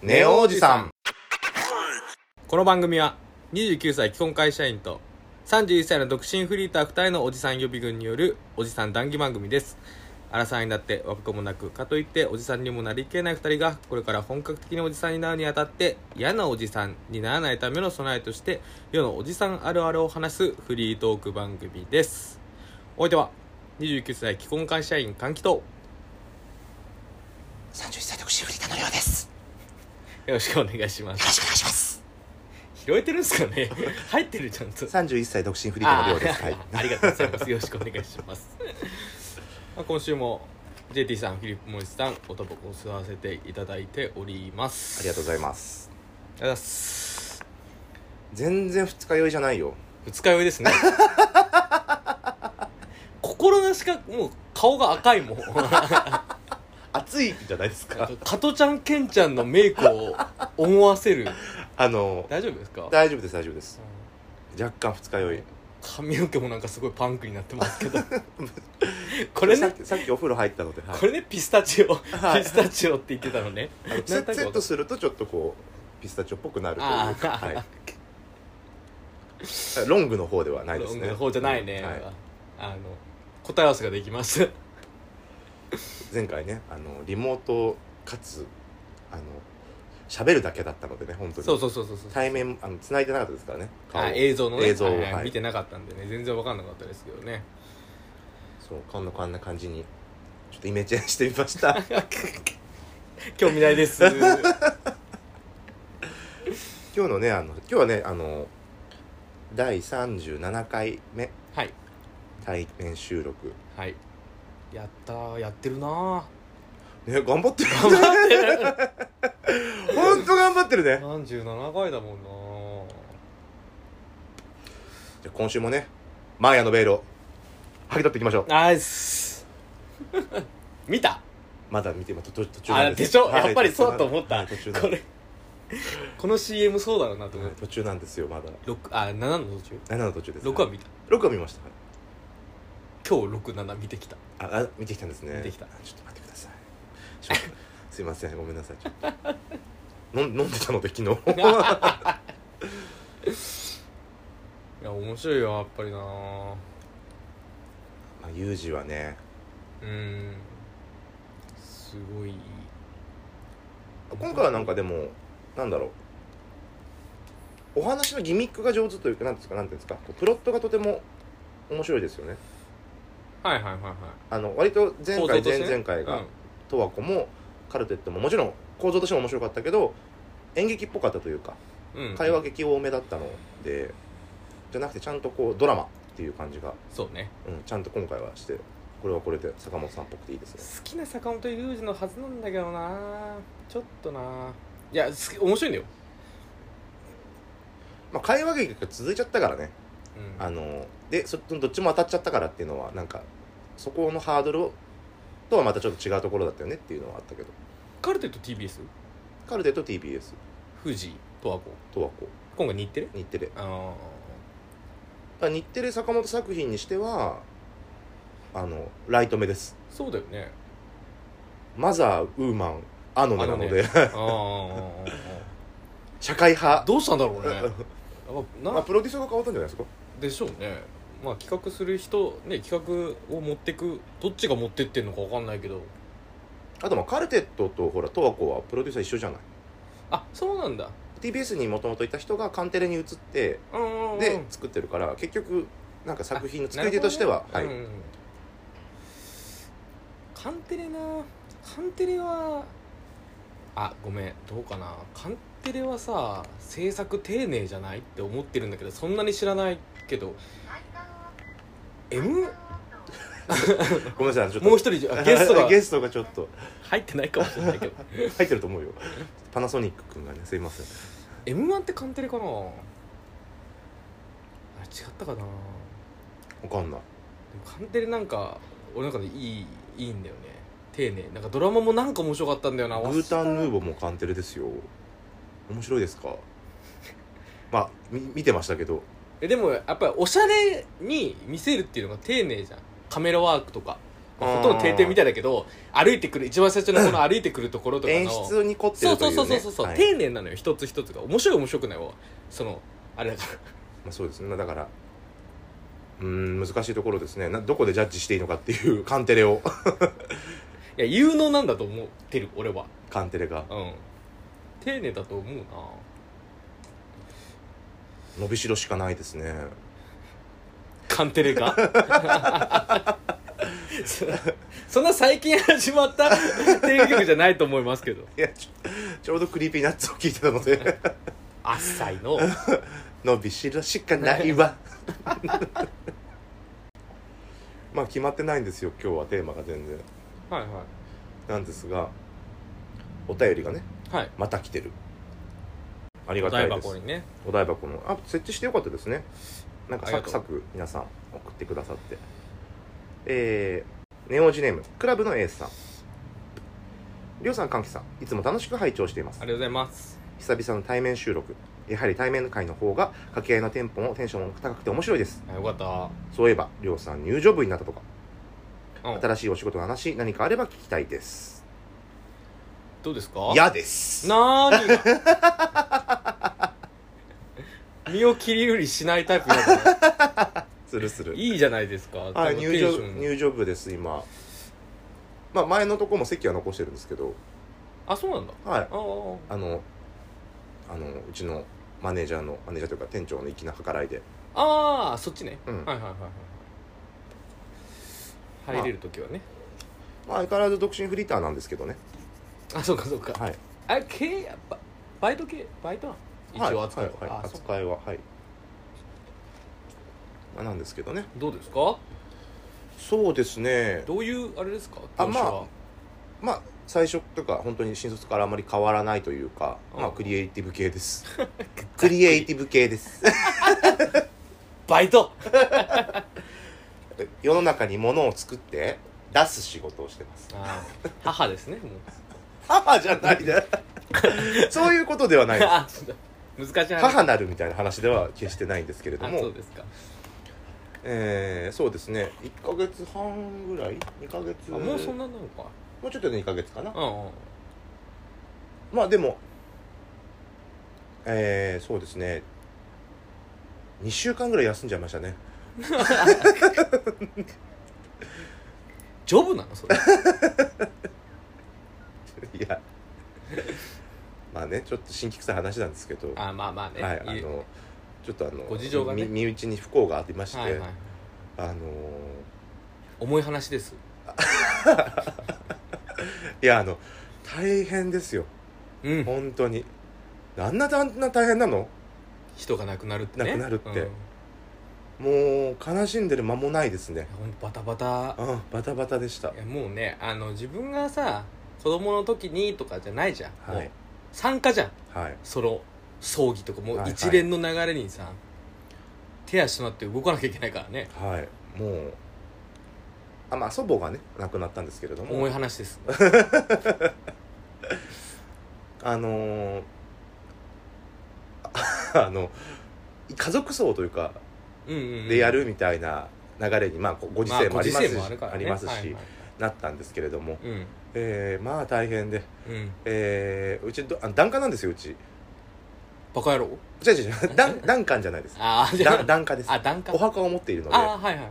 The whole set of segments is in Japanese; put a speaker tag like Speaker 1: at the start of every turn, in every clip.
Speaker 1: ネオおじさん。
Speaker 2: この番組は29歳既婚会社員と31歳の独身フリーター2人のおじさん予備軍によるおじさん談義番組です荒さんになって若くもなくかといっておじさんにもなりきれない2人がこれから本格的におじさんになるにあたって嫌なおじさんにならないための備えとして世のおじさんあるあるを話すフリートーク番組ですお相手は29歳既婚会社員換気と
Speaker 1: 31歳独身フリーターのりょうです。
Speaker 2: よろしくお願いしま
Speaker 1: よ
Speaker 2: す
Speaker 1: ろしくお願いします。
Speaker 2: 拾えてるんですかね入ってるちゃんと
Speaker 1: 31歳独身フリーターのりょうです。
Speaker 2: あ
Speaker 1: はい。
Speaker 2: ありがとうございます。よろしくお願いします。 まあ今週も JT さん、フィリップ・モリスさん、おタバコを吸わせていただいております。
Speaker 1: ありがとうご
Speaker 2: い
Speaker 1: ざいます。
Speaker 2: ます。ありがとうございます。
Speaker 1: 全然二日酔いじゃないよ。
Speaker 2: 二日酔いですね。心なしか、もう顔が赤いもん。
Speaker 1: 暑いじゃないですか。
Speaker 2: 加トちゃん、ケンちゃんのメイクを思わせる。
Speaker 1: あの、
Speaker 2: 大丈夫ですか
Speaker 1: 大丈夫です、大丈夫です。若干二日酔い。
Speaker 2: 髪の毛もなんかすごいパンクになってますけど。 これ
Speaker 1: さ
Speaker 2: ね
Speaker 1: っ、きさっきお風呂入ったので、はい
Speaker 2: これね、ピスタチオ、
Speaker 1: はい
Speaker 2: ピスタチオって言ってたのね。
Speaker 1: あのセ
Speaker 2: なんと
Speaker 1: ッ
Speaker 2: なくわか
Speaker 1: セットするとちょっとこう、ピスタチオっぽくなるというか、
Speaker 2: あー
Speaker 1: はい。ロングの方ではないですね。
Speaker 2: の方じゃないね、
Speaker 1: はい
Speaker 2: あの答え合わせができます
Speaker 1: 前回ねあのリモートかつあの喋るだけだったのでね本当に
Speaker 2: そうそうそうそうそう
Speaker 1: 対面あの繋いでなかったですからね顔を
Speaker 2: あ映像のね
Speaker 1: 映像を
Speaker 2: はいはい
Speaker 1: はい
Speaker 2: 見てなかったんでね全然分かんなかったですけどね
Speaker 1: そうこんなこんな感じにちょっとイメチェンしてみました
Speaker 2: 興味ないです
Speaker 1: 今日のねあの今日はねあの第37回目
Speaker 2: はい
Speaker 1: 対面収録
Speaker 2: はいやったーやってるなー
Speaker 1: ね頑張ってる
Speaker 2: 頑 張ってる
Speaker 1: 本当頑張ってるね
Speaker 2: 37回だもんな
Speaker 1: じゃあ今週もねマーヤのベールを剥ぎ取っていきましょう
Speaker 2: ーナイス 見た
Speaker 1: まだ見てま途途中な
Speaker 2: あ
Speaker 1: ん
Speaker 2: ですしょ、
Speaker 1: はい
Speaker 2: やっぱりそうだと思った、
Speaker 1: はい途中なん
Speaker 2: これこの CM そうだろうなと思っ
Speaker 1: はい
Speaker 2: て、
Speaker 1: 途中なんですよまだ
Speaker 2: 六あ7の途中
Speaker 1: 7の途中です
Speaker 2: 6は見た
Speaker 1: 六は見ました
Speaker 2: 今日67見てきた
Speaker 1: ああ見てきたんですね
Speaker 2: 見てきた
Speaker 1: あちょっと待ってくださいちょっとすいませんごめんなさいちょっと飲ん 飲んでたので 昨日
Speaker 2: いや面白いよやっぱりなー
Speaker 1: まあユージはね
Speaker 2: うーんすごい
Speaker 1: 今回はなんかでもなんだろうお話のギミックが上手というかなんていうんですかなんていうんですかこうプロットがとても面白いですよね
Speaker 2: はいはいはいはい
Speaker 1: あの割と前
Speaker 2: 構
Speaker 1: 回
Speaker 2: 造として
Speaker 1: 前々
Speaker 2: ね
Speaker 1: 回
Speaker 2: う
Speaker 1: が
Speaker 2: ん
Speaker 1: 十和子もカルテットももちろん構造としても面白かったけど演劇っぽかったというか
Speaker 2: うん
Speaker 1: 会話劇多めだったのでじゃなくてちゃんとこうドラマっていう感じが
Speaker 2: そうね
Speaker 1: うん、ちゃんと今回はしてこれはこれで坂本さんっぽくていいです
Speaker 2: 好
Speaker 1: ね
Speaker 2: きな坂本龍二のはずなんだけどなちょっとないや好き面白いんだよ、
Speaker 1: まあ会話劇が続いちゃったからね、
Speaker 2: うん、
Speaker 1: あのでそどっちも当たっちゃったからっていうのはなんかそこのハードルとはまたちょっと違うところだったよねっていうのはあったけど
Speaker 2: カルテット TBS
Speaker 1: カルテと TBS
Speaker 2: 富士十和子
Speaker 1: とはこ
Speaker 2: 今回日テレ
Speaker 1: う日テレだか
Speaker 2: あの
Speaker 1: ら日テレ坂本作品にしてはあのライト目です
Speaker 2: ー、そうだよね
Speaker 1: マザーウーマンアノネなので、
Speaker 2: あー
Speaker 1: 社会派、
Speaker 2: どうしたんだろうねやっぱ
Speaker 1: まあ、
Speaker 2: な
Speaker 1: プロデューサーが変わったんじゃないですか
Speaker 2: でしょうねまあ企画する人ね企画を持ってくどっちが持ってってんのか分かんないけど
Speaker 1: あとまあカルテットとほら十和子はプロデューサー一緒じゃない
Speaker 2: あそうなんだ
Speaker 1: TBS にもともといた人がカンテレに移って
Speaker 2: うんうんうん
Speaker 1: で作ってるから結局なんか作品の作り手としては、は
Speaker 2: なる
Speaker 1: い
Speaker 2: ほどねうんうんカンテレなカンテレはあごめんどうかなカンテレはさ制作丁寧じゃないって思ってるんだけどそんなに知らないけど M
Speaker 1: ごめんなさいちょっと
Speaker 2: もう一人あゲスト が
Speaker 1: ゲストがちょっと
Speaker 2: 入ってないかもしれないけど
Speaker 1: 入ってると思うよパナソニックくんがねすいません
Speaker 2: M1 ってカンテレかなあれ違ったかなでも
Speaker 1: わかんない
Speaker 2: カンテレなんか俺の中でいいいいんだよね丁寧なんかドラマもなんか面白かったんだよな
Speaker 1: グータンヌーボーもカンテレですよ面白いですかまあみ見てましたけど
Speaker 2: えでもやっぱりおしゃれに見せるっていうのが丁寧じゃんカメラワークとかまあほとんど定点みたいだけど歩いてくる一番最初のこの歩いてくるところとかの
Speaker 1: 演出に凝って
Speaker 2: そう
Speaker 1: ると
Speaker 2: そ
Speaker 1: いうう、ね、
Speaker 2: そうそうそうそう、
Speaker 1: はい
Speaker 2: 丁寧なのよ一つ一つが面白い面白くないわそのあれだか
Speaker 1: まあ、そうですねだからうーん難しいところですねなどこでジャッジしていいのかっていう カンテレを
Speaker 2: ら いや有能なんだと思ってる俺は
Speaker 1: カンテレが
Speaker 2: うん丁寧だと思うな
Speaker 1: 伸びしろしかないですね
Speaker 2: カンテレがそ そんな最近始まったテレビ局じゃないと思いますけど
Speaker 1: いやちょちょうどクリーピーナッツを聞いてたので
Speaker 2: 浅いの
Speaker 1: 伸びしろしかないわ まあ決まってないんですよ今日はテーマが全然
Speaker 2: はいは
Speaker 1: なんですがお便りがね
Speaker 2: いはい
Speaker 1: また来てるあり
Speaker 2: お
Speaker 1: がた
Speaker 2: 台
Speaker 1: いです
Speaker 2: 箱にね
Speaker 1: お台箱のあ設置してよかったですねなんか
Speaker 2: あり
Speaker 1: サ
Speaker 2: がと
Speaker 1: クサ
Speaker 2: う
Speaker 1: ク皆さん送ってくださってえー、ネオジネームクラブのエースさんりょうさんかんきさんいつも楽しく拝聴していま
Speaker 2: あ
Speaker 1: す
Speaker 2: りがとうございます
Speaker 1: 久々の対面収録やはり対面の会の方が掛け合いのテンポもテンションも高くて面白いです
Speaker 2: あよかっ
Speaker 1: そういえばりょうさん入場部になったとか
Speaker 2: た、うん、
Speaker 1: 新しいお仕事の話何かあれば聞きたいです
Speaker 2: どうですか
Speaker 1: 嫌です
Speaker 2: なーにが身を切り売りしないタイプだから
Speaker 1: するする
Speaker 2: いいじゃないですか
Speaker 1: はい、
Speaker 2: 多分
Speaker 1: 入
Speaker 2: テンシ
Speaker 1: 場
Speaker 2: ョン
Speaker 1: 入場部です今まあ前のとこも席は残してるんですけど
Speaker 2: あそうなんだ
Speaker 1: はい
Speaker 2: あー
Speaker 1: あのあのうちのマネージャーのマネージャーというか店長の粋な計らいで
Speaker 2: あーそっちね、
Speaker 1: うん
Speaker 2: はいはいはいはい入れる時はね
Speaker 1: まあ相変わらず独身フリーターなんですけどね
Speaker 2: あそうかそうか
Speaker 1: はい
Speaker 2: あれ系やっぱバイト系バイトなの一応扱いは、
Speaker 1: はいはい
Speaker 2: あそうか
Speaker 1: 扱いははい、まあ、なんですけどね
Speaker 2: どうですか
Speaker 1: そうですね
Speaker 2: どういうあれですか
Speaker 1: あ
Speaker 2: 業種は
Speaker 1: まあ最初とか本当に新卒からあまり変わらないというか
Speaker 2: うん
Speaker 1: まあクリエイティブ系です クリエイティブ系です
Speaker 2: バイト
Speaker 1: 世の中に物を作って出す仕事をしてます
Speaker 2: あー 母ですねもう
Speaker 1: 母じゃない でそういうことではないです
Speaker 2: あそうだ難しい話
Speaker 1: 母なるみたいな話では決してないんですけれど
Speaker 2: あそ
Speaker 1: も
Speaker 2: うですか
Speaker 1: えーそうですね1ヶ月半ぐらい2ヶ月
Speaker 2: あもうそんななのか
Speaker 1: もうちょっとで2ヶ月かな
Speaker 2: うんうん
Speaker 1: まあでもえーそうですね2週間ぐらい休んじゃいましたね
Speaker 2: ジョブなのそれ
Speaker 1: いやまあねちょっと新規臭い話なんですけどは
Speaker 2: あまあまあ
Speaker 1: い
Speaker 2: ね、
Speaker 1: あ
Speaker 2: いい
Speaker 1: のちょっとあの
Speaker 2: ご事情がね
Speaker 1: み身内に不幸がありまして、
Speaker 2: はいはい
Speaker 1: あのー
Speaker 2: 重い話です
Speaker 1: いやあの大変ですよ
Speaker 2: うん
Speaker 1: 本当にあんなあんな大変なの
Speaker 2: 人が亡くなるってね
Speaker 1: 亡くなるって
Speaker 2: うんいや
Speaker 1: もう悲しんでる間もないですね
Speaker 2: ほんとバタバタ
Speaker 1: うんバタバタでした
Speaker 2: いやもうねあの自分がさ子供の時にとかじゃないじゃん、
Speaker 1: は
Speaker 2: もう
Speaker 1: い
Speaker 2: 参加じゃん
Speaker 1: はい
Speaker 2: その葬儀とかも
Speaker 1: は
Speaker 2: う
Speaker 1: い
Speaker 2: 一連の流れにさ、手足となって動かなきゃいけないからね
Speaker 1: はいもうあまあ祖母がね亡くなったんですけれど
Speaker 2: 重
Speaker 1: も
Speaker 2: い話です
Speaker 1: あの ー、ああの家族葬というか
Speaker 2: うんうん、うん、
Speaker 1: でやるみたいな流れに、まあごご時世もありますし、
Speaker 2: まあご時世もあ
Speaker 1: あ
Speaker 2: るからね
Speaker 1: りますし、
Speaker 2: はいはい
Speaker 1: なったんですけれども、
Speaker 2: うん
Speaker 1: えー、まあ大変で、
Speaker 2: うん
Speaker 1: えー、うちどあ檀家なんですようち
Speaker 2: バカ野郎
Speaker 1: 違う違う違 う檀檀家じゃないです
Speaker 2: ああじゃ
Speaker 1: だ
Speaker 2: あ
Speaker 1: 檀家です
Speaker 2: あ檀家
Speaker 1: お墓を持っているので
Speaker 2: ああはいはいはいはい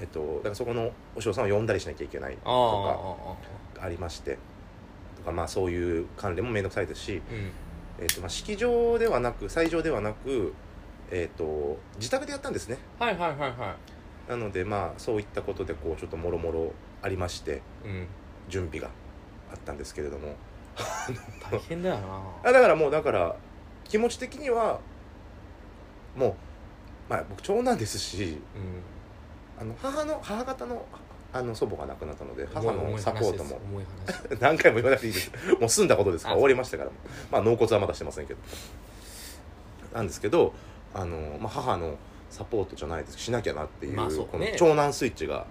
Speaker 1: えっと、だからそこのお嬢さんを呼んだりしなきゃいけないと
Speaker 2: あああ
Speaker 1: か
Speaker 2: ああ
Speaker 1: ありましてとかまあそういう関連も面倒くさいですし、
Speaker 2: あうん
Speaker 1: えっとまあ、式場ではなく斎場ではなく、えっと、自宅でやったんですね
Speaker 2: はいはいはいは
Speaker 1: なのでまあそういったことでこうちょっともろもろありまして
Speaker 2: いうん
Speaker 1: 準備があったんですけれども
Speaker 2: 大変だよ
Speaker 1: あだからもうだから気持ち的にはもう、まあ、僕長男ですし
Speaker 2: な
Speaker 1: あの母の母方のあの祖母が亡くなったので母のサポートも
Speaker 2: 重い話
Speaker 1: 何回も言わなくていい ですもう済んだことですから
Speaker 2: あ
Speaker 1: 終わりましたからまあ納骨はまだしてませんけどなんですけどあの、まあ、母のサポートじゃないですしなきゃなっていう,、
Speaker 2: まあそうね
Speaker 1: この長男スイッチが、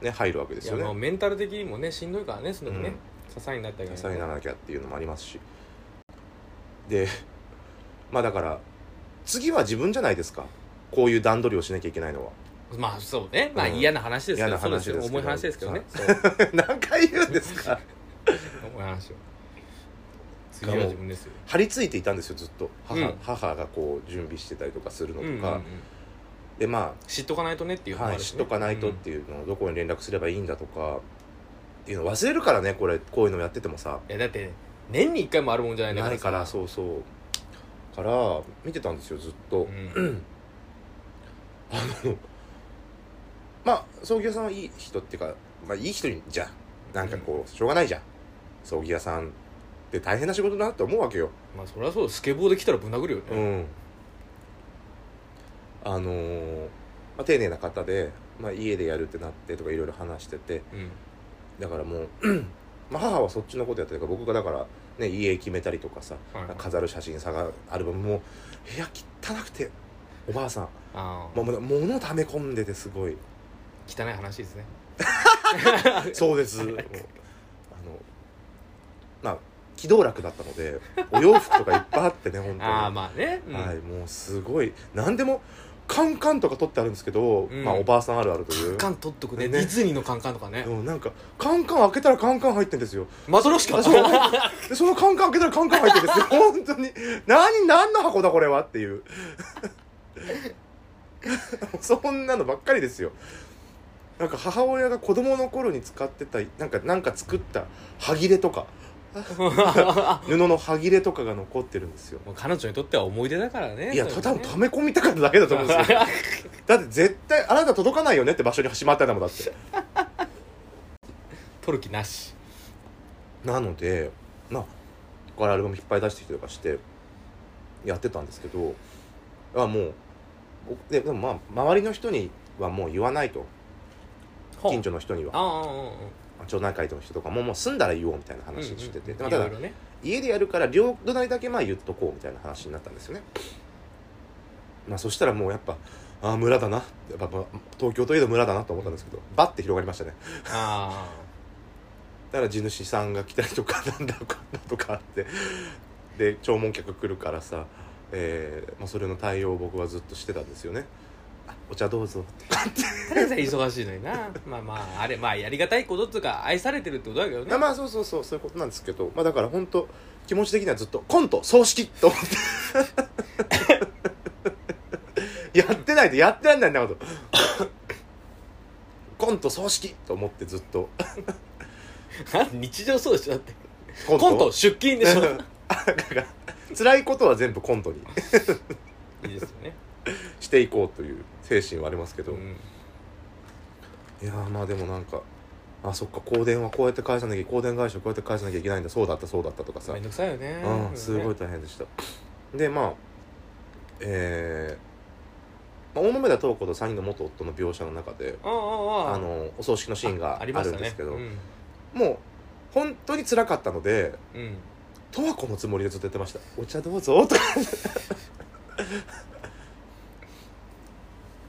Speaker 1: ね、入るわけで
Speaker 2: い
Speaker 1: す
Speaker 2: や
Speaker 1: よね
Speaker 2: もうメンタル的にもねしんどいからねその
Speaker 1: う
Speaker 2: ね
Speaker 1: ん
Speaker 2: 支えになったり
Speaker 1: 支えにならなきゃっていうのもありますしで まあだから次は自分じゃないですかこういう段取りをしなきゃいけないのは
Speaker 2: まあそうねまあ
Speaker 1: うん
Speaker 2: 嫌な話ですけど、
Speaker 1: 嫌な
Speaker 2: そうで
Speaker 1: 話
Speaker 2: すよ
Speaker 1: ですけど
Speaker 2: 重い話ですけどねそう
Speaker 1: 何回言うんです か
Speaker 2: 重い話を次は自分ですよ
Speaker 1: 張り付いていたんですよずっと母,、
Speaker 2: うん
Speaker 1: 母がこう準備してたりとかするの
Speaker 2: うんうん
Speaker 1: と
Speaker 2: う
Speaker 1: か、
Speaker 2: ん
Speaker 1: でま
Speaker 2: 知っとかないとねっていう
Speaker 1: あ、
Speaker 2: のもあ
Speaker 1: はい、
Speaker 2: るし
Speaker 1: 知っ
Speaker 2: ね
Speaker 1: とかないとっていうのをどこに連絡すればいいんだとかっていうの忘れるからねこれこういうのやっててもさ
Speaker 2: いやだって年に1回もあるもんじゃないんだか
Speaker 1: な
Speaker 2: ら
Speaker 1: い
Speaker 2: さ
Speaker 1: からそうそうから見てたんですよずっと、
Speaker 2: うん
Speaker 1: まあ葬儀屋さんはいい人っていうか、まあ、いい人じゃんなんかこうしょうがないじゃん葬儀屋さんって大変な仕事だなって思うわけよ
Speaker 2: まあそりゃそうスケボーで来たらぶん殴るよ
Speaker 1: う
Speaker 2: ね
Speaker 1: んあのーまあ、丁寧な方で、まあ、家でやるってなってとかいろいろ話してて
Speaker 2: うん
Speaker 1: だからもう まあ母はそっちのことやってるから僕がだから、ね、家決めたりとかさ
Speaker 2: はい
Speaker 1: 飾る写真さがアルバムも部屋汚くておばあさん
Speaker 2: ああ
Speaker 1: もう物溜め込んでてすごい
Speaker 2: 汚い話ですね
Speaker 1: そうですもうあのまあ気道楽だったのでお洋服とかいっぱいあってね本当に
Speaker 2: ああまあねうん
Speaker 1: はい、もうすごい何でもカンカンとか取ってあるんですけど、
Speaker 2: うん
Speaker 1: まあおばあさんあるあると
Speaker 2: カ
Speaker 1: いう
Speaker 2: ンカン取っとくね
Speaker 1: ね
Speaker 2: ディズニーのカンカンとかね
Speaker 1: うんなんかカンカン開けたらカンカン入ってんですよ
Speaker 2: マトロシカ
Speaker 1: あそう でそのカンカン開けたらカンカン入ってるんですよ本当に何何の箱だこれはっていう そんなのばっかりですよなんか母親が子供の頃に使ってたなんかなんか作った歯切れとか布の歯切れとかが残ってるんですよ
Speaker 2: もう彼女にとっては思い出だからね
Speaker 1: いや
Speaker 2: そ
Speaker 1: た
Speaker 2: れ
Speaker 1: だ
Speaker 2: ね
Speaker 1: の溜め込みたかっただけだと思うん ですよだって絶対あなた届かないよねって場所にしまったんだもんだって
Speaker 2: 取る気なし
Speaker 1: なのでまあここからアルバム引っ張り出してきてとかしてやってたんですけどあもう僕ででもまあ周りの人にはもう言わないと近所の人には
Speaker 2: あああああ
Speaker 1: 町内会との人とかももう住んだら言おうみたいな
Speaker 2: あ
Speaker 1: 話をしてて、
Speaker 2: うん
Speaker 1: で
Speaker 2: うん
Speaker 1: ま
Speaker 2: い
Speaker 1: あ
Speaker 2: ろ
Speaker 1: た
Speaker 2: い
Speaker 1: だ
Speaker 2: ろね
Speaker 1: 家でやるから両隣だけまあ言っとこうみたいな話になったんですよねまあそしたらもうやっぱああ村だなやっぱ、まあ東京といえど村だなと思ったんですけどバッて広がりましたね
Speaker 2: あ
Speaker 1: だから地主さんが来たりとかなんだかんだとかあってで弔問客来るからさ、えーまあ、それの対応を僕はずっとしてたんですよね「あお茶どうぞ」って
Speaker 2: あただでさえ忙しいのになまあまああれまあやりがたいことっていうか愛されてるってことだけどね
Speaker 1: あまあそうそうそうそういうことなんですけど、まあ、だから本当気持ち的にはずっと「コント葬式」と思ってやって ないとやってらんないんだけど コント葬式と思ってずっと
Speaker 2: 日常そうでしょだって
Speaker 1: コ
Speaker 2: コント出勤でしょ
Speaker 1: あ だから辛いことは全部コントに
Speaker 2: いいですよね
Speaker 1: していこうという精神はありますけど、
Speaker 2: うん
Speaker 1: いやーまあでもなんかあそっか香典はこうやって返さなきゃ香典返しはこうやって返さなきゃいけないんだそうだったそうだったとかさ、
Speaker 2: めんどくさいよね
Speaker 1: うん、すごい大変でした、でまあえーまあ、大豆田東子と3人の元夫の描写の中で
Speaker 2: あああああ
Speaker 1: あのお葬式のシーンがあ
Speaker 2: あ
Speaker 1: る
Speaker 2: りまし
Speaker 1: ん
Speaker 2: たね
Speaker 1: ですけど、
Speaker 2: うん
Speaker 1: もう本当につらかったので
Speaker 2: うん
Speaker 1: 十和子のつもりでずっとやってました「お茶どうぞ」とか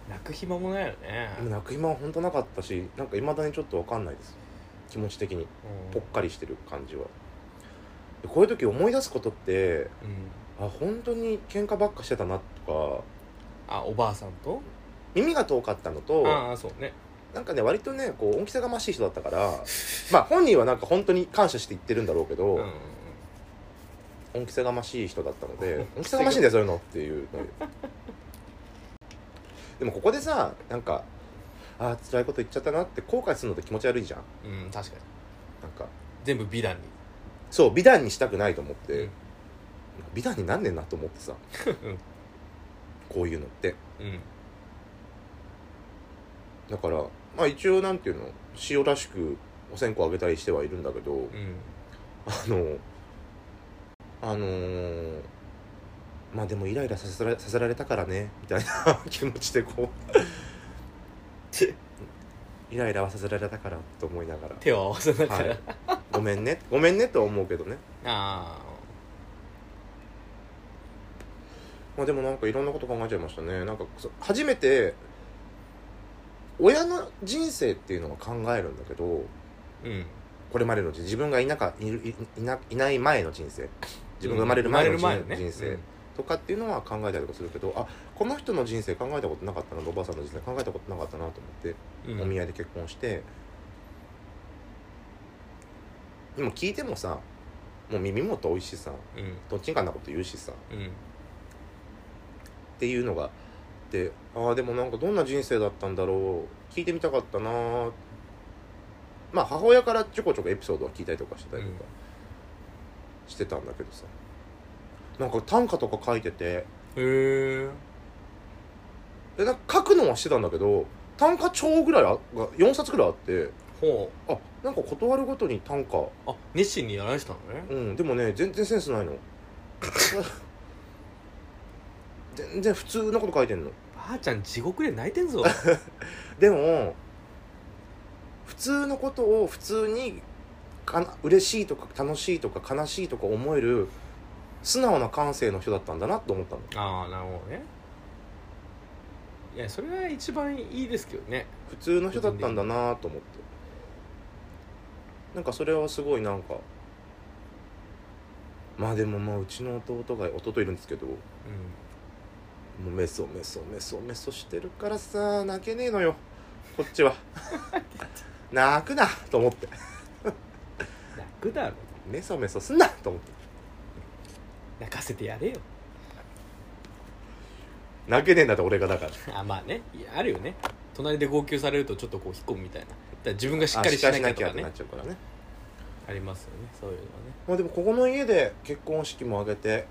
Speaker 2: 泣く暇もないよね
Speaker 1: でも泣く暇は本当なかったしなんかいまだにちょっと分かんないです気持ち的に
Speaker 2: うん
Speaker 1: ぽっかりしてる感じはでこういう時思い出すことって
Speaker 2: うん
Speaker 1: あ本当に喧嘩ばっかしてたなとか
Speaker 2: あおばあさんと
Speaker 1: 耳が遠かったのと
Speaker 2: ああそうね
Speaker 1: なんかね割とねこう恩着せがましい人だったからまあ本人はなんか本当に感謝して言ってるんだろうけど、
Speaker 2: うんうんうん
Speaker 1: 恩着せがましい人だったの
Speaker 2: 恩
Speaker 1: で
Speaker 2: 着
Speaker 1: 恩着
Speaker 2: せ
Speaker 1: せ
Speaker 2: が
Speaker 1: がましいんだよそういうのっていうの でもここでさなんかあー辛いこと言っちゃったなって後悔するのって気持ち悪いじゃん
Speaker 2: うん確か
Speaker 1: な
Speaker 2: に
Speaker 1: んか
Speaker 2: 全部美談に
Speaker 1: そう美談にしたくないと思って、
Speaker 2: うん
Speaker 1: 美談になんねんなと思ってさ
Speaker 2: ん
Speaker 1: こういうのって
Speaker 2: うん
Speaker 1: だからまあ一応なんていうの塩らしくお線香あげたりしてはいるんだけど、
Speaker 2: うん
Speaker 1: あのあのーまあでもイライラさせられさせられたからねみたい な気持ちでこうイライラはさせられたからと思いながら
Speaker 2: 手を合わせながら、
Speaker 1: はいごめんねごめんねとは思うけどね
Speaker 2: あ
Speaker 1: まあでもなんかいろんなこと考えちゃいましたねなんかそ初めて親の人生っていうのは考えるんだけど
Speaker 2: あうん
Speaker 1: これまでの人自分がいなかいるいいないない前の人生自分が生まれる前の人
Speaker 2: 生まれる前のね
Speaker 1: 人生、
Speaker 2: うん
Speaker 1: とかっていうのは考えたりとかするけどあこの人の人生考えたことなかったなおばあさんの人生考えたことなかったなと思って、
Speaker 2: うん
Speaker 1: お見合いで結婚してでも聞いてもさもう耳元おいしさ
Speaker 2: うん
Speaker 1: どっちんかんなこと言うしさ
Speaker 2: うん
Speaker 1: っていうのがあってああでもなんかどんな人生だったんだろう聞いてみたかったなーまあ母親からちょこちょこエピソードは聞いたりとかしてたりとかしてたんだけどさなんか短歌とか書いてて
Speaker 2: へえ
Speaker 1: でなんか書くのはしてたんだけど短歌帳ぐらいあが4冊ぐらいあって
Speaker 2: ほ
Speaker 1: あなんか断るごとに短歌
Speaker 2: うあ熱心にやられてたのね
Speaker 1: うんでもね全然センスないの 全然普通のこと書いてんの
Speaker 2: ばあちゃん地獄で泣いてん ぞ
Speaker 1: でも普通のことを普通にかな嬉しいとか楽しいとか悲しいとか思える素直な感性の人だったんだなと思ったの
Speaker 2: ああなるほどねいやそれは一番いいですけどね
Speaker 1: 普通の人だったんだなと思ってなんかそれはすごいなんかまあでもまあうちの弟が弟いるんですけどもうメソメソメソメソしてるからさ泣けねえのよこっちは泣くなと思って
Speaker 2: うん泣くだろ
Speaker 1: メソメソすんなと思って
Speaker 2: 泣かせてやれよ
Speaker 1: 泣けねえんだって俺がだから
Speaker 2: あまあねいやあるよね隣で号泣されるとちょっとこう引っ込むみたいなだから自分がしっかりしなきゃとか
Speaker 1: ってな
Speaker 2: ね
Speaker 1: っちゃうからね
Speaker 2: ありますよねそういうのは
Speaker 1: まあでもここの家で結婚式も挙げて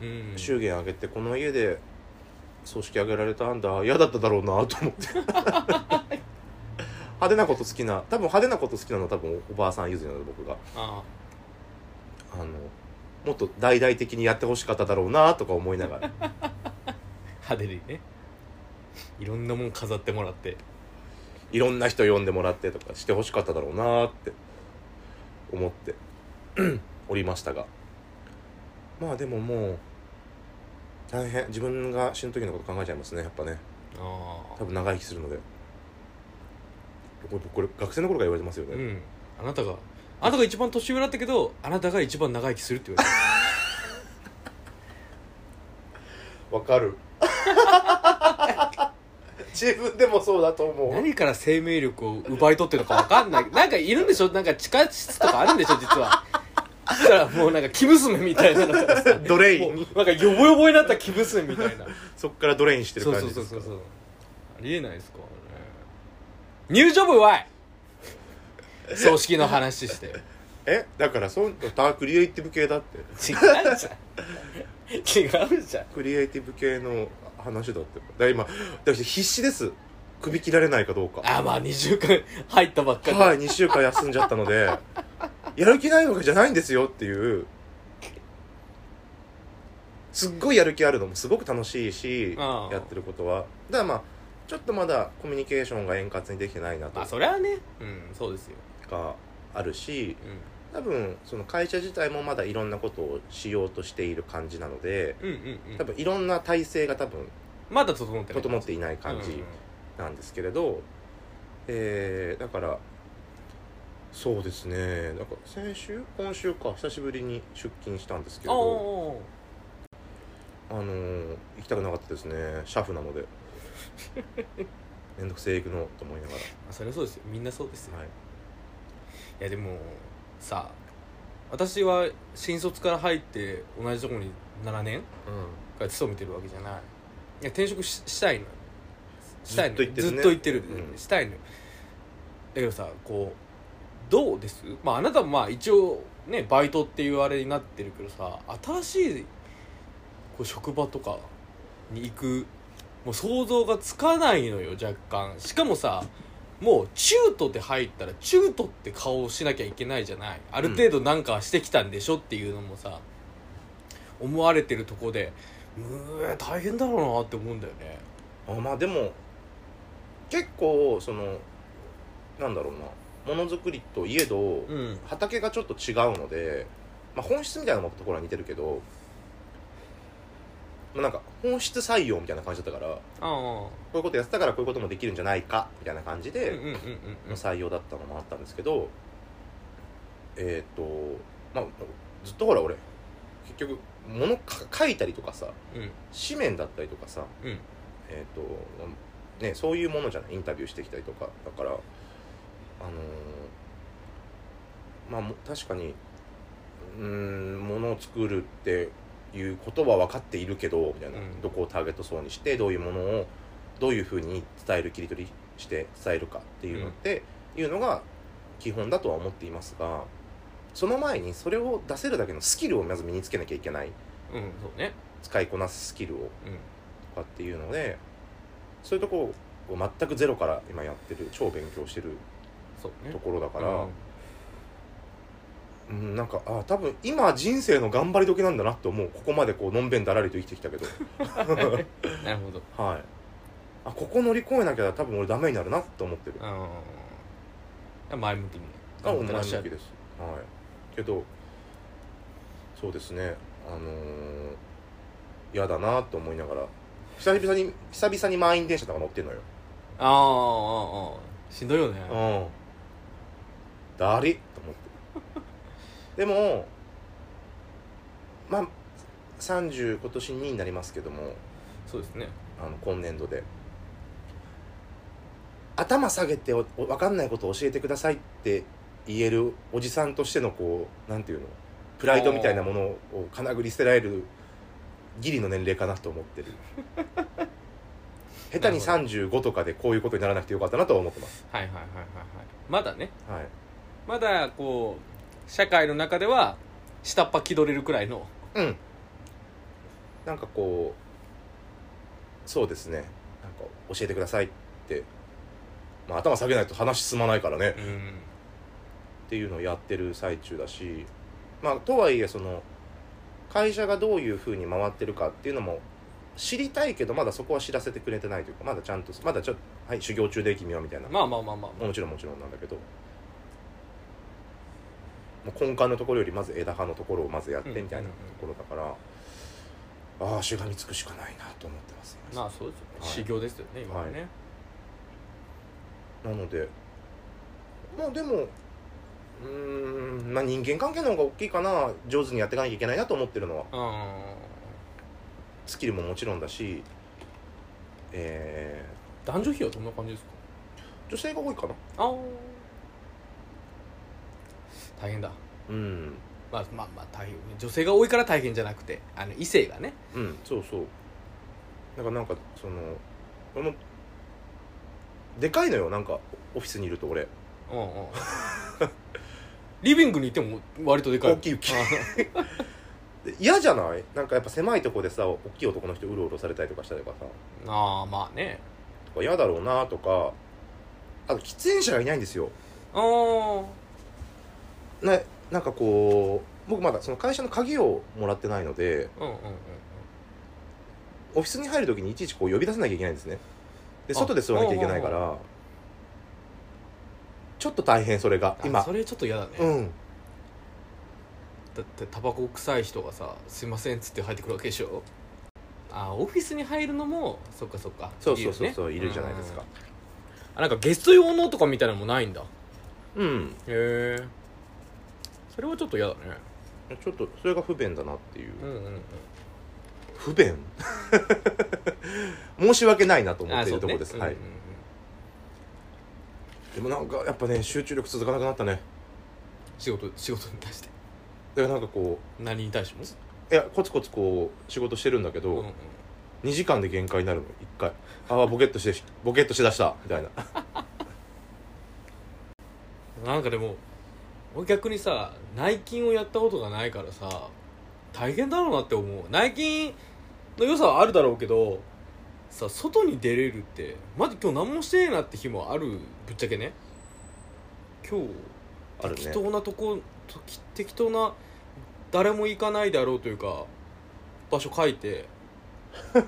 Speaker 2: ねうん
Speaker 1: 祝言挙げてこの家で葬式挙げられたんだ嫌だっただろうなと思って派手なこと好きな多分派手なこと好きなのは多分おばあさん譲りなので僕が
Speaker 2: あ
Speaker 1: あのもっと大々的にやってほしかっただろうなとか思いながら
Speaker 2: あ派手にねいろんなもん飾ってもらって
Speaker 1: いろんな人呼んでもらってとかしてほしかっただろうなって思って おりましたがまあでももう大変自分が死ぬ時のこと考えちゃいますねやっぱね
Speaker 2: あ
Speaker 1: 多分長生きするのでこれこれ学生の頃から言われてますよ
Speaker 2: あ
Speaker 1: ね、
Speaker 2: うんあなたがあなたが一番年上だったけどあなたが一番長生きするって言われた
Speaker 1: わかる自分でもそうだと思う
Speaker 2: 何から生命力を奪い取ってるのか分かん ないなんかいるんでしょなんか地下室とかあるんでしょ実はだからもうなんか生娘みたいなのがさ
Speaker 1: ドレイ
Speaker 2: もう
Speaker 1: ン
Speaker 2: なんかヨボヨボになった生娘みたいな
Speaker 1: そっからドレインしてる
Speaker 2: そう
Speaker 1: 感
Speaker 2: そう
Speaker 1: じ
Speaker 2: そ
Speaker 1: で
Speaker 2: う
Speaker 1: す
Speaker 2: そう
Speaker 1: か
Speaker 2: そうありえないですからね入場部はい葬式の話して
Speaker 1: えだからそうダークリエイティブ系だって
Speaker 2: 違うじゃん違うじゃん
Speaker 1: クリエイティブ系の話だってだから今だから必死です首切られないかどうか
Speaker 2: あまあ2週間入ったばっかり
Speaker 1: はい2週間休んじゃったので やる気ないわけじゃないんですよっていうすっごいやる気あるのもすごく楽しいし
Speaker 2: ああ
Speaker 1: やってることはだからまあちょっとまだコミュニケーションが円滑にできてないなと
Speaker 2: まあそれはねうんそうですよ、
Speaker 1: かあるし
Speaker 2: う
Speaker 1: 多分その会社自体もまだいろんなことをしようとしている感じなので
Speaker 2: ん、うんうんうん
Speaker 1: 多分いろんな体制が多分
Speaker 2: まだ整ってない
Speaker 1: 整っていない感じ、
Speaker 2: うんうん
Speaker 1: なんですけれど、えーだからそうですねなんか先週今週か久しぶりに出勤したんですけれ
Speaker 2: お
Speaker 1: ど
Speaker 2: ー
Speaker 1: あのー行きたくなかったですね車夫なのでめんどくせえ行くのと思いなが
Speaker 2: まあそれはそうですよみんなそうですよ、、
Speaker 1: ら、はいい、
Speaker 2: やでもさ私は新卒から入って同じとこに7年が勤めてるわけじゃないいや転職ししたいのしたいの
Speaker 1: ずっと言ってるね
Speaker 2: ずっと言ってる、
Speaker 1: うん
Speaker 2: したいのだけどさこうどうですまああなたもまあ一応ねバイトっていうあれになってるけどさ新しいこう職場とかに行くもう想像がつかないのよ若干しかもさもう中途で入ったら中途って顔をしなきゃいけないじゃないある程度なんかしてきたんでしょっていうのもさ、思われてるとこでうー大変だろうなって思うんだよね
Speaker 1: あまあでも結構そのなんだろうなものづくりといえど、
Speaker 2: うん
Speaker 1: 畑がちょっと違うので、まあ、本質みたいなところは似てるけど、まあ、なんか本質採用みたいな感じだったからこ
Speaker 2: ああ
Speaker 1: ういうことやってたからこういうこともできるんじゃないかみたいな感じ
Speaker 2: うん
Speaker 1: で
Speaker 2: うんうんうん
Speaker 1: の採用だったのもあったんですけどえっ、とまあずっとほら俺結局物か書いたりとかさ
Speaker 2: うん
Speaker 1: 紙面だったりとかさ、
Speaker 2: うん
Speaker 1: えーとね、そういうものじゃないインタビューしてきたりとかだからあのーまあも確かにうーんものを作るっていうことは分かっているけどみたいな、
Speaker 2: うん
Speaker 1: どこをターゲット層にしてどういうものをどういうふうに伝える切り取りして伝えるかっていうのって、いうのが基本だとは思っていますがその前にそれを出せるだけのスキルをまず身につけなきゃいけない
Speaker 2: うんそうね
Speaker 1: 使いこなすスキルを
Speaker 2: うん
Speaker 1: とかっていうのでそういうとこを全くゼロから今やってる超勉強してる
Speaker 2: そうね
Speaker 1: ところだか
Speaker 2: う
Speaker 1: ら
Speaker 2: ん、
Speaker 1: う んなんかあ多分今人生の頑張り時なんだなって思うここまでこうのんべんだらりと生きてきたけ ど
Speaker 2: なるほど
Speaker 1: はいあここ乗り越えなきゃ多分俺ダメになるなって思ってる
Speaker 2: うん前向きにね
Speaker 1: あ同
Speaker 2: 頑張って
Speaker 1: じ
Speaker 2: らっしゃ
Speaker 1: 時
Speaker 2: る
Speaker 1: ですはいけどそうですねあのー嫌だなと思いながら久々に久々に満員電車とか乗ってんのよ
Speaker 2: あーあーあーしんどいよね
Speaker 1: うんだりっと思ってでもまあ30今年2になりますけども
Speaker 2: そうですね
Speaker 1: あの今年度で頭下げておお分かんないことを教えてくださいって言えるおじさんとしてのこうなんていうのプライドみたいなものをかなぐり捨てられるギリの年齢かなと思ってる下手に35とかでこういうことにならなくてよかったなとは思ってます、
Speaker 2: はいはいはいはいはいまだね
Speaker 1: はい、
Speaker 2: まだこう社会の中では下っ端気取れるくらいの
Speaker 1: うんなんかこうそうですねなんか教えてくださいって、まあ、頭下げないと話進まないからね
Speaker 2: うん
Speaker 1: っていうのをやってる最中だしまあとはいえその会社がどういうふうに回ってるかっていうのも知りたいけどまだそこは知らせてくれてないというかまだちゃんとまだちょっとはい修行中で君はみたいな
Speaker 2: まあまあまあまあまあ
Speaker 1: もちろんもちろんなんだけどもう根幹のところよりまず枝葉のところをまずやってみたいなところだから、ああしがみつくしかないなと思ってます
Speaker 2: まあそうですよね、
Speaker 1: はい
Speaker 2: 修行ですよね今はね、
Speaker 1: なのでまあでもうーんまあ人間関係の方が大きいかな上手にやっていかなきゃいけないなと思ってるのはスキルももちろんだしえ
Speaker 2: うん男女比はどんな感じですか
Speaker 1: ー、女性が多いかな
Speaker 2: ああ大変だ
Speaker 1: うん
Speaker 2: まあまあまあ大変女性が多いから大変じゃなくてあの異性がね
Speaker 1: うんそうそうだからなんかその俺もでかいのよなんかオフィスにいると俺
Speaker 2: うんうん リビングにいても割とでかい
Speaker 1: 大きい大きい で嫌じゃないなんかやっぱ狭いとこでさ大きい男の人うろうろされたりとかしたりとかさ
Speaker 2: あーあーまあね
Speaker 1: とか嫌だろうなとかあと喫煙者がいないんですよ
Speaker 2: ああ
Speaker 1: ななんかこう僕まだその会社の鍵をもらってないので
Speaker 2: うんうんうん
Speaker 1: オフィスに入る時にいちいちこう呼び出さなきゃいけないんですねで外で座らなきゃいけないか
Speaker 2: あ
Speaker 1: らちょっと大変それが
Speaker 2: 今
Speaker 1: 今
Speaker 2: それちょっと嫌だね、
Speaker 1: うん
Speaker 2: だってタバコ臭い人がさ「すいません」っつって入ってくるわけでしょあーオフィスに入るのもそっかそっか
Speaker 1: そうそうそうそう
Speaker 2: よね
Speaker 1: いるじゃないですか
Speaker 2: うんあなんかゲスト用のとかみたいなのもないんだへ
Speaker 1: うん
Speaker 2: えそれはちょっと嫌だね
Speaker 1: ちょっとそれが不便だなっていう、
Speaker 2: うんうん
Speaker 1: 不便 申し訳ないなと
Speaker 2: うん
Speaker 1: 思っている
Speaker 2: そう
Speaker 1: とこ
Speaker 2: ね
Speaker 1: ろです、
Speaker 2: うんうん
Speaker 1: はい、
Speaker 2: うん
Speaker 1: でもなんかやっぱね集中力続かなくなったね
Speaker 2: 仕事仕事に対して
Speaker 1: だからなんかこ
Speaker 2: 何に対しても
Speaker 1: ういやコツコツこう仕事してるんだけど、
Speaker 2: うんうん
Speaker 1: 2時間で限界になるの1回ああボケっとしてボケっとしだしたみたいな
Speaker 2: なんかでも俺逆にさ内勤をやったことがないからさ大変だろうなって思う内勤の良さはあるだろうけどさ外に出れるってまず今日何もしてねえなって日もあるぶっちゃけね今日
Speaker 1: あるね
Speaker 2: 適当なとこ、とき適当な誰も行かないだろうというか場所書いて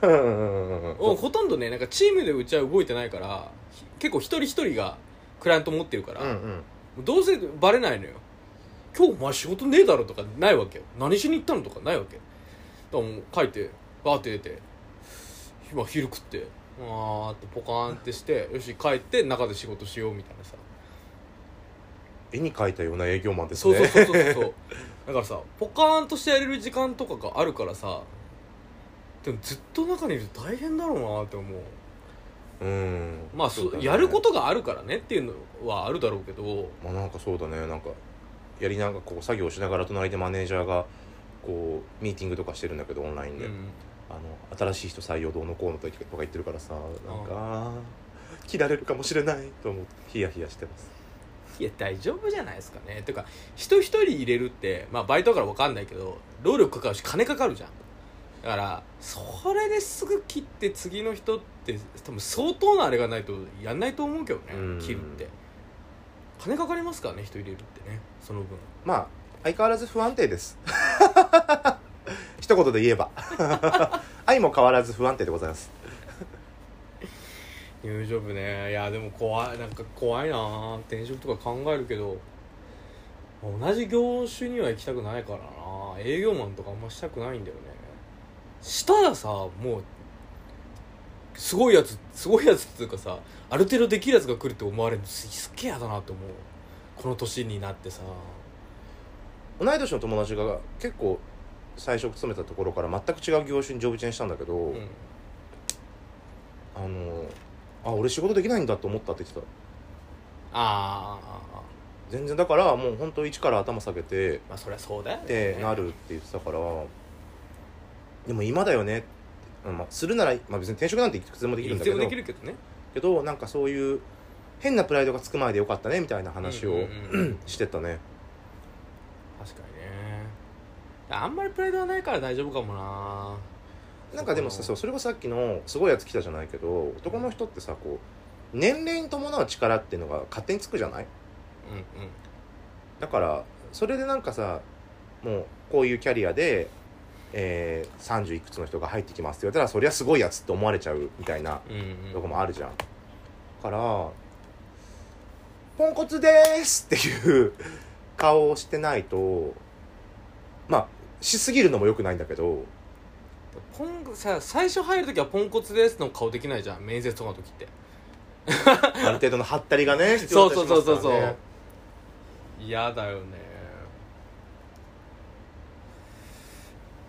Speaker 2: うん
Speaker 1: う
Speaker 2: ほとんどねなんかチームでうちは動いてないからひ結構一人一人がクライアント持ってるから、
Speaker 1: んうん
Speaker 2: どうせバレないのよ今日お前仕事ねえだろとかないわけよ何しに行ったのとかないわけだからもう書いてバーって出て今昼食ってあーってポカーンってしてよし帰って中で仕事しようみたいなさ
Speaker 1: 絵に描いたような営業マンです
Speaker 2: そう
Speaker 1: ね
Speaker 2: そうそうそうそうだからさポカーンとしてやれる時間とかがあるからさでもずっと中にいると大変だろうなって思う
Speaker 1: うん
Speaker 2: まあそ
Speaker 1: そうだね
Speaker 2: やることがあるからねっていうのはあるだろうけど
Speaker 1: まあなんかそうだねなんかやりながらこう作業しながら隣でマネージャーがこうミーティングとかしてるんだけどオンライ
Speaker 2: う
Speaker 1: ンで、
Speaker 2: ん
Speaker 1: あの新しい人採用どうのこうのとか言ってるからさなんかあー切られるかもしれないと思ってヒヤヒヤしてます
Speaker 2: いや大丈夫じゃないですかねていうか人一人入れるってまあバイトだから分かんないけど労力かかるし金かかるじゃんだからそれですぐ切って次の人って多分相当なあれがないとやんないと思うけどね
Speaker 1: うん
Speaker 2: 切るって金かかりますからね人入れるってねその分
Speaker 1: まあ相変わらず不安定です 一言で言えば 愛も変わらず不安定でございます
Speaker 2: 入場部ねいやでも怖いなんか怖いなあ転職とか考えるけど同じ業種には行きたくないからな営業マンとかあんましたくないんだよねしたらさもうすごいやつすごいやつっていうかさある程度できるやつが来るって思われるのすすっげえ嫌だなって思うこの年になってさ
Speaker 1: 同い年の友達が結構最初勤めたところから全く違う業種にジョブチェンしたんだけど、
Speaker 2: うん
Speaker 1: あのあ俺仕事できないんだと思ったって言ってた
Speaker 2: ああ
Speaker 1: 全然だからもう本当一から頭下げて
Speaker 2: まあそりゃそうだよね
Speaker 1: ってなるって言ってたからでも今だよねってうんまあ、するなら、まあ、別に転職なんていくつでもできるんだ
Speaker 2: 必
Speaker 1: け
Speaker 2: 要
Speaker 1: ど
Speaker 2: できるけどね
Speaker 1: けどなんかそういう変なプライドがつく前でよかったねみたいな話を、
Speaker 2: うんうんうん
Speaker 1: してったね
Speaker 2: 確かにねあんまりプライドはないから大丈夫かもな
Speaker 1: なんかでもさそうそれこそさっきのすごいやつ来たじゃないけど男の人ってさこう年齢に伴う力っていうのが勝手につくじゃない
Speaker 2: うんうん
Speaker 1: だからそれでなんかさもうこういうキャリアで、えー、30いくつの人が入ってきますって言われたらそりゃすごいやつって思われちゃうみたいな
Speaker 2: うん
Speaker 1: と
Speaker 2: うん
Speaker 1: こもあるじゃんだから「ポンコツでーす!」っていう顔をしてないとまあしすぎるのもよくないんだけ ど
Speaker 2: ポンさ最初入る時はポンコツですの顔できないじゃん面接とかの時って
Speaker 1: ある程度のハったりがね必
Speaker 2: そ
Speaker 1: 要
Speaker 2: う
Speaker 1: だった
Speaker 2: そう
Speaker 1: りし
Speaker 2: そ
Speaker 1: ま
Speaker 2: う
Speaker 1: すか
Speaker 2: そ
Speaker 1: ら
Speaker 2: う
Speaker 1: ね
Speaker 2: そう嫌だよね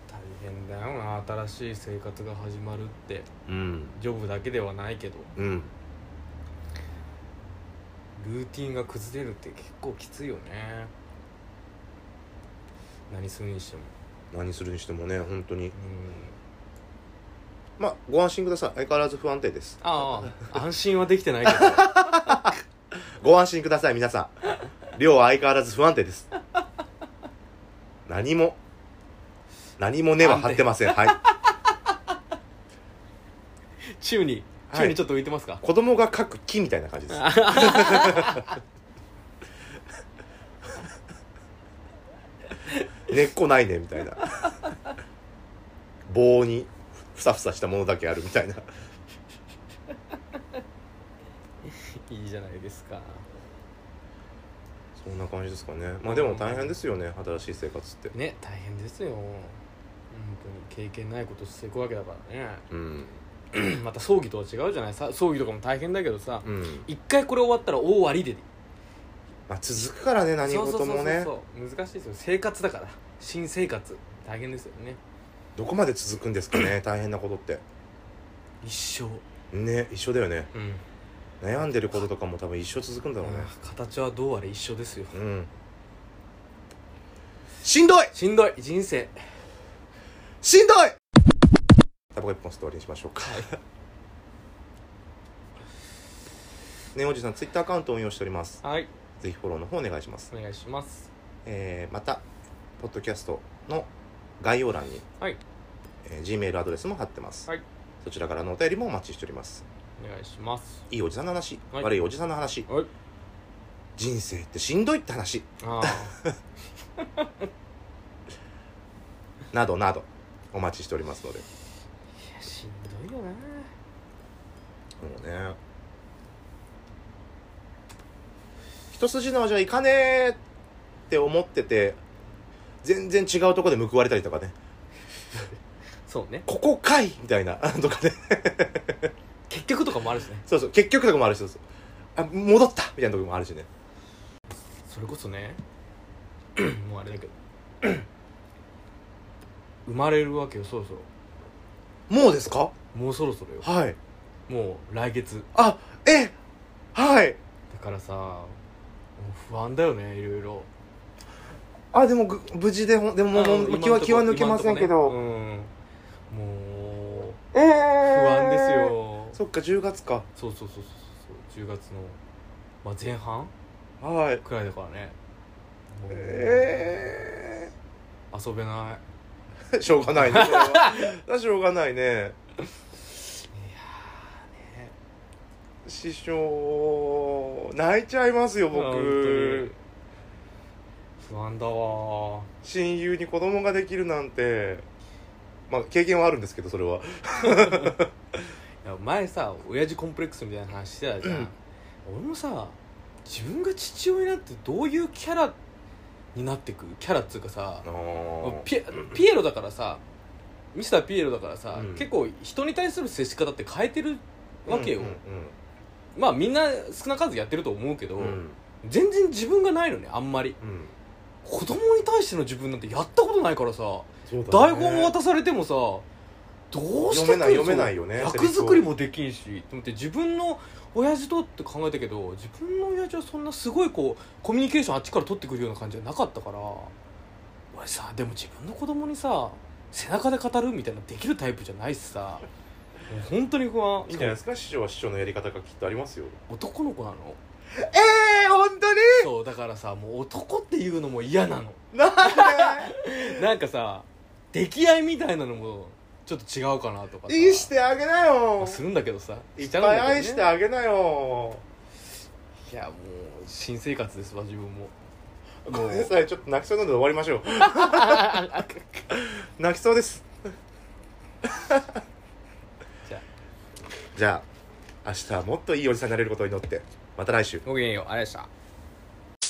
Speaker 2: 大変だよな新しい生活が始まるって
Speaker 1: うん
Speaker 2: ジョブだけではないけど
Speaker 1: うん
Speaker 2: ルーティンが崩れるって結構きついよね何するにしても
Speaker 1: 何するにしてもね本当に
Speaker 2: うん
Speaker 1: まあご安心ください相変わらず不安定です
Speaker 2: ああ安心はできて ないけど
Speaker 1: ご安心ください皆さん量は相変わらず不安定です何も何も根は張ってませんはい
Speaker 2: 宙に
Speaker 1: はい
Speaker 2: 宙にちょっと浮いてますか、、
Speaker 1: 子供が描く木みたいな感じです根っこないねみたいな棒にふさふさしたものだけあるみたいない
Speaker 2: いじゃないですか
Speaker 1: そんな感じですかねまあでも大変ですよね新しい生活って
Speaker 2: ね大変ですよ本当に経験ないことしていくわけだから
Speaker 1: うん
Speaker 2: ね また葬儀とは違うじゃないさ葬儀とかも大変だけどさ
Speaker 1: うん
Speaker 2: 一回これ終わったら大終わりで
Speaker 1: まあ続くからね何事もね
Speaker 2: そうそうそうそう難しいですよ生活だから新生活大変ですよね
Speaker 1: どこまで続くんですか ね大変なことって
Speaker 2: 一生
Speaker 1: ね一緒だよね
Speaker 2: うん
Speaker 1: 悩んでることとかも多分一生続くんだろうね
Speaker 2: ああ形はどうあれ一緒ですよ
Speaker 1: うんしんどい
Speaker 2: しんどい人生
Speaker 1: しんどいタバコ一本吸って終わりにしましょうかねおじさんツイッターアカウントを運用しております
Speaker 2: はい
Speaker 1: ぜひフォローの方お願いします、
Speaker 2: お願いします
Speaker 1: えーまたポッドキャストの概要欄に、
Speaker 2: はい
Speaker 1: えー Gmail アドレスも貼ってます、
Speaker 2: はい
Speaker 1: そちらからのお便りもお待ちしております
Speaker 2: お願いします
Speaker 1: いいおじさんの話、
Speaker 2: はい
Speaker 1: 悪いおじさんの話
Speaker 2: はい
Speaker 1: 人生ってしんどいって話
Speaker 2: ああ
Speaker 1: などなどお待ちしておりますのでも
Speaker 2: いやしんどいよな
Speaker 1: うね一筋縄じゃいかねえって思ってて全然違うとこで報われたりとかね
Speaker 2: そうね
Speaker 1: ここかいみたいな とかね
Speaker 2: 結局とかもあるしね
Speaker 1: そうそう結局とかもあるしそうそうあ戻ったみたいなとこもあるしね
Speaker 2: そそれこそね もうあれだけど 生まれるわけよそろそろ
Speaker 1: もうですか
Speaker 2: もうそろそろよ
Speaker 1: はい
Speaker 2: もう来月
Speaker 1: あえはい
Speaker 2: だからさもう不安だよねいろいろ
Speaker 1: あでもぐ無事でほんでももうもう気は気は抜けませんけど、
Speaker 2: うんもう
Speaker 1: え
Speaker 2: 不
Speaker 1: え
Speaker 2: 安ですよ
Speaker 1: そっか10月か
Speaker 2: そうそうそうそうそう10月の、まあ、前半
Speaker 1: はい
Speaker 2: くらいだからねもう
Speaker 1: え
Speaker 2: 遊べない
Speaker 1: えしょうがないねそれはしょうがないね師匠泣いちゃいますよ
Speaker 2: 本
Speaker 1: 僕
Speaker 2: 当に不安だわ
Speaker 1: 親友に子供ができるなんてまあ経験はあるんですけどそれはい
Speaker 2: や前さ親父コンプレックスみたいな話してたじゃん俺もさ自分が父親になってどういうキャラになってくキャラっつうかさ
Speaker 1: あー
Speaker 2: ピエピエロだからさミスターピエロだからさ、
Speaker 1: うん
Speaker 2: 結構人に対する接し方って変えてるわけよ、
Speaker 1: うんうん
Speaker 2: まあみんな少なからずやってると思うけど、
Speaker 1: うん
Speaker 2: 全然自分がないのねあんまり
Speaker 1: うん
Speaker 2: 子供に対しての自分なんてやったことないからさ、
Speaker 1: そうだ
Speaker 2: 台
Speaker 1: ね
Speaker 2: 本を渡されてもさどうしてくんの
Speaker 1: 読めない読めないよね
Speaker 2: 役作りもできんしと思って自分の親父とって考えたけど自分の親父はそんなすごいこうコミュニケーションあっちから取ってくるような感じじゃなかったから俺さでも自分の子供にさ背中で語るみたいなできるタイプじゃないしさもう本当に不安
Speaker 1: いいんじゃないですか師匠は師匠のやり方がきっとありますよ
Speaker 2: 男の子なの
Speaker 1: ええ本当に
Speaker 2: そうだからさもう男っていうのも嫌なの
Speaker 1: なん
Speaker 2: なんかさ出来合いみたいなのもちょっと違うかなとかさ
Speaker 1: でいいしてあげな
Speaker 2: まあ
Speaker 1: よ
Speaker 2: するんだけどさ
Speaker 1: いっ
Speaker 2: しち
Speaker 1: ぱ
Speaker 2: ゃう
Speaker 1: い
Speaker 2: んだけどね
Speaker 1: 愛してあげなよ
Speaker 2: いやもう新生活ですわ自分も
Speaker 1: ごめんなさいちょっと泣きそうなので終わりま しょう泣きそうです
Speaker 2: じゃあ
Speaker 1: じゃあ明日はもっといいおじさんになれることを祈ってまた来週
Speaker 2: ごきげんようありがとうございました